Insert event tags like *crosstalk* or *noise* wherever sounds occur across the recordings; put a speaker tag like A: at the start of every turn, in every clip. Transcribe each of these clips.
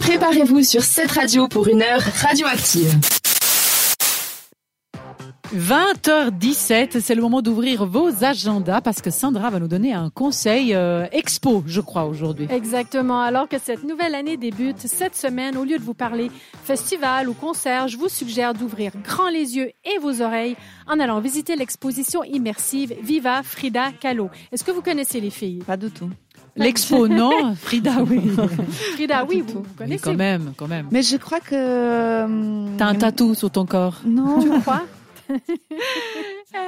A: Préparez-vous sur cette radio pour une heure radioactive.
B: 20h17, c'est le moment d'ouvrir vos agendas parce que Sandra va nous donner un conseil euh, expo, je crois, aujourd'hui.
C: Exactement. Alors que cette nouvelle année débute, cette semaine, au lieu de vous parler festival ou concert, je vous suggère d'ouvrir grand les yeux et vos oreilles en allant visiter l'exposition immersive Viva Frida Kahlo. Est-ce que vous connaissez les filles?
D: Pas du tout.
B: L'expo, non Frida,
D: *laughs*
B: oui.
C: Frida, oui, vous, vous
B: Mais
C: connaissez.
B: quand même, quand même.
D: Mais je crois que. euh,
B: T'as un tatou sur ton corps.
D: Non,
C: Tu crois?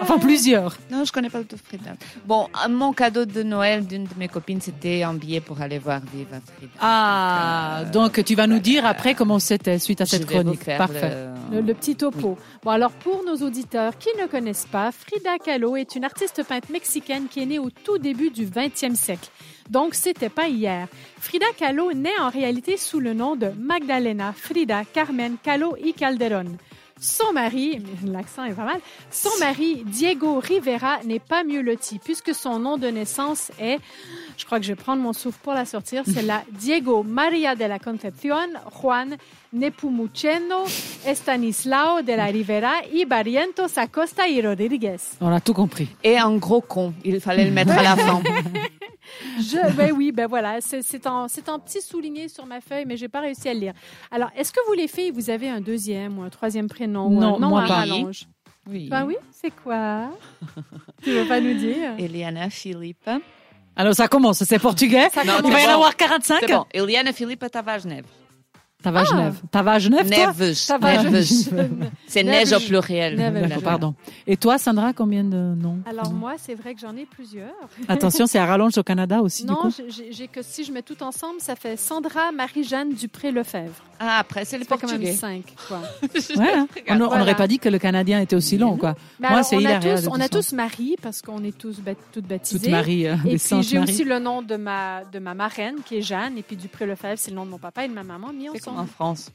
B: Enfin, plusieurs.
D: non, je connais pas du tout Frida. Bon, euh, mon cadeau de Noël d'une de mes copines, c'était un billet pour aller voir Viva Frida.
B: Ah,
D: Euh,
B: donc tu vas nous dire après comment c'était suite à
D: Je
B: cette
D: vais vous
B: chronique.
D: faire
B: Parfait.
D: le-
C: Euh, Le, le petit topo. Bon, alors pour nos auditeurs qui ne connaissent pas, Frida Kahlo est une artiste peinte mexicaine qui est née au tout début du 20e siècle. Donc, c'était pas hier. Frida Kahlo naît en réalité sous le nom de Magdalena Frida Carmen Kahlo y Calderón. Son mari, *laughs* l'accent est pas mal, son mari Diego Rivera n'est pas mieux loti puisque son nom de naissance est, je crois que je vais prendre mon souffle pour la sortir, c'est la Diego Maria de la Concepción Juan Nepomuceno Estanislao de la Rivera y Barrientos Acosta y Rodríguez.
B: On a tout compris.
D: Et un gros con, il fallait le mettre à la *laughs* fin.
C: *laughs* Je, ben oui, ben voilà, c'est c'est en, c'est en petit souligné sur ma feuille, mais j'ai pas réussi à le lire. Alors, est-ce que vous, les filles, vous avez un deuxième ou un troisième prénom ou
B: Non,
C: un nom
B: moi
C: à
B: pas.
C: rallonge?
D: Oui.
C: Ben oui, c'est
B: *laughs*
C: quoi? tu veux pas nous dire?
D: Eliana Philippe.
B: Alors ça commence, c'est portugais.
D: Non,
B: Il
D: c'est
B: va y en
D: bon.
B: avoir 45.
D: C'est bon. Ah. Eliana Philippe Tavares Neves.
B: T'as va à Genève. T'as va à Genève, toi
D: Neves.
C: Tavares.
D: Neves. C'est neige au
C: Neves.
D: pluriel.
C: Neves.
D: Voilà.
B: D'accord, Pardon. Et toi, Sandra, combien de noms
C: Alors, moi, c'est vrai que j'en ai plusieurs.
B: Attention, c'est à rallonge au Canada aussi, du
C: non,
B: coup.
C: j'ai- j'ai j'ai que si je mets tout ensemble, ça fait Sandra Marie-Jeanne Dupré-Lefebvre.
D: Ah, après, c'est le
C: Ça fait quand même
D: portugais.
C: cinq, quoi.
D: *laughs*
B: Ouais,
C: *laughs*
B: hein. On
D: Regarde.
B: on n'aurait
C: Voilà.
B: pas dit que le Canadien était aussi long, quoi.
C: Mais
B: Moi,
C: alors,
B: c'est
C: on, a
B: hilarant,
C: tous,
B: de
C: on a
B: toute façon.
C: tous Marie, parce qu'on est tous ba- toutes baptisées.
B: Toute Marie, euh,
C: Et
B: des
C: puis,
B: saintes
C: j'ai
B: Marie.
C: aussi le nom de ma, de ma marraine, qui est Jeanne, et puis Dupré Lefebvre, c'est le nom de mon papa et de ma maman mis
D: C'est comme en
C: ensemble.
D: France.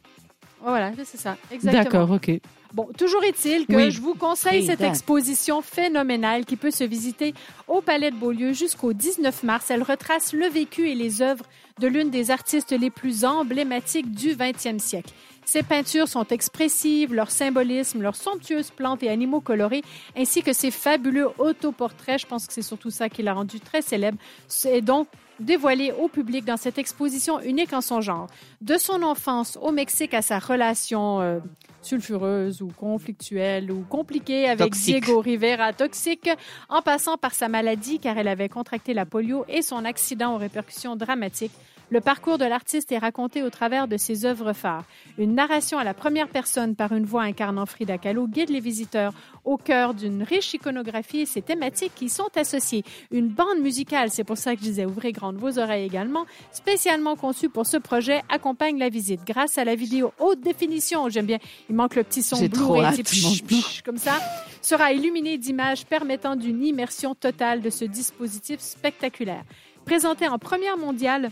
C: Voilà, c'est ça, exactement.
B: D'accord, ok.
C: Bon, toujours est-il que
B: Oui.
C: je vous conseille cette
D: Frida.
C: exposition phénoménale qui peut se visiter au Palais de Beaulieu jusqu'au 19 mars. Elle retrace le vécu et les œuvres de l'une des artistes les plus emblématiques du 20e siècle. Ses peintures sont expressives, leur symbolisme, leurs somptueuses plantes et animaux colorés, ainsi que ses fabuleux autoportraits. Je pense que c'est surtout ça qui l'a rendu très célèbre. C'est donc dévoilé au public dans cette exposition unique en son genre. De son enfance au Mexique à sa relation euh, sulfureuse ou conflictuelle ou compliquée avec
D: Toxique.
C: Diego Rivera toxique, en passant par sa maladie car elle avait contracté la polio et son accident aux répercussions dramatiques. Le parcours de l'artiste est raconté au travers de ses œuvres phares. Une narration à la première personne par une voix incarnant Frida Kahlo guide les visiteurs au cœur d'une riche iconographie et ses thématiques qui y sont associées. Une bande musicale, c'est pour ça que je disais ouvrez grandes vos oreilles également, spécialement conçue pour ce projet, accompagne la visite grâce à la vidéo haute définition. J'aime bien, il manque le petit son
D: J'ai trop
C: Blu-ray,
D: hâte,
C: tu sais,
D: mon
C: psh, psh, comme ça, sera illuminée d'images permettant d'une immersion totale de ce dispositif spectaculaire. Présenté en première mondiale,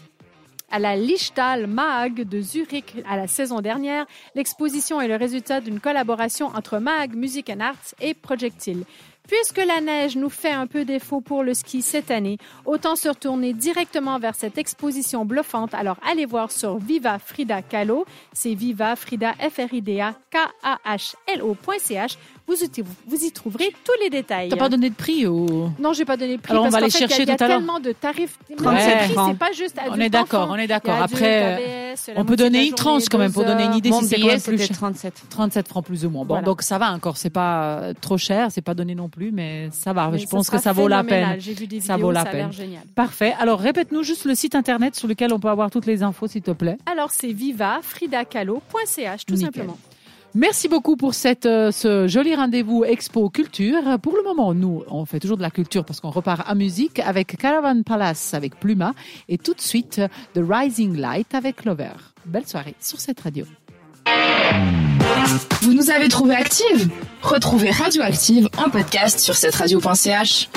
C: à la Lichtal Maag de Zurich à la saison dernière, l'exposition est le résultat d'une collaboration entre Maag Music and Arts et Projectile. Puisque la neige nous fait un peu défaut pour le ski cette année, autant se retourner directement vers cette exposition bluffante. Alors allez voir sur Viva Frida Kahlo, c'est Viva Frida F R I D A K A H L O.ch. Vous, y- vous y trouverez tous les détails.
B: T'as pas donné de prix ou
C: Non, j'ai pas donné le prix.
B: Alors, on
C: parce
B: va
C: qu'en
B: aller
C: fait, il y a-
B: chercher
C: Il y a
B: tout à l'heure.
C: tellement de tarifs. Même le
B: 37
C: prix,
D: francs.
C: c'est pas juste
B: On
C: adulte,
B: est d'accord,
C: enfant.
B: on est
C: Il y a
B: d'accord.
C: adulte,
B: Après, euh,
C: ABS, la
B: on peut
C: moitié de la
B: donner une
C: journée,
B: tranche quand même pour
C: deux
B: donner une
C: heures.
B: idée
D: Mon
B: si c'est quand
D: billet,
B: même plus
D: c'était
B: cher.
D: 37.
B: 37 francs plus ou moins. Bon,
C: Voilà.
B: donc ça va encore, c'est pas euh, trop cher, c'est pas donné non plus, Ah, mais ça va.
C: Mais
B: je pense
C: sera
B: que ça vaut la
C: phénoménal.
B: peine.
C: J'ai vu des
B: Ça
C: vidéos,
B: vaut la
C: ça a l'air
B: peine.
C: génial.
B: Parfait. Alors répète-nous juste le site internet sur lequel on peut avoir toutes les infos, s'il te plaît.
C: Alors, c'est vivafridacalo.ch, tout
B: Nickel.
C: simplement.
B: Merci beaucoup pour cette, euh, ce joli rendez-vous Expo Culture. Pour le moment, nous, on fait toujours de la culture parce qu'on repart à musique avec Caravan Palace avec Pluma et tout de suite euh, The Rising Light avec Lover. Belle soirée sur cette radio.
A: Vous nous avez trouvé active Retrouvez Radioactive en podcast sur cette radio.ch.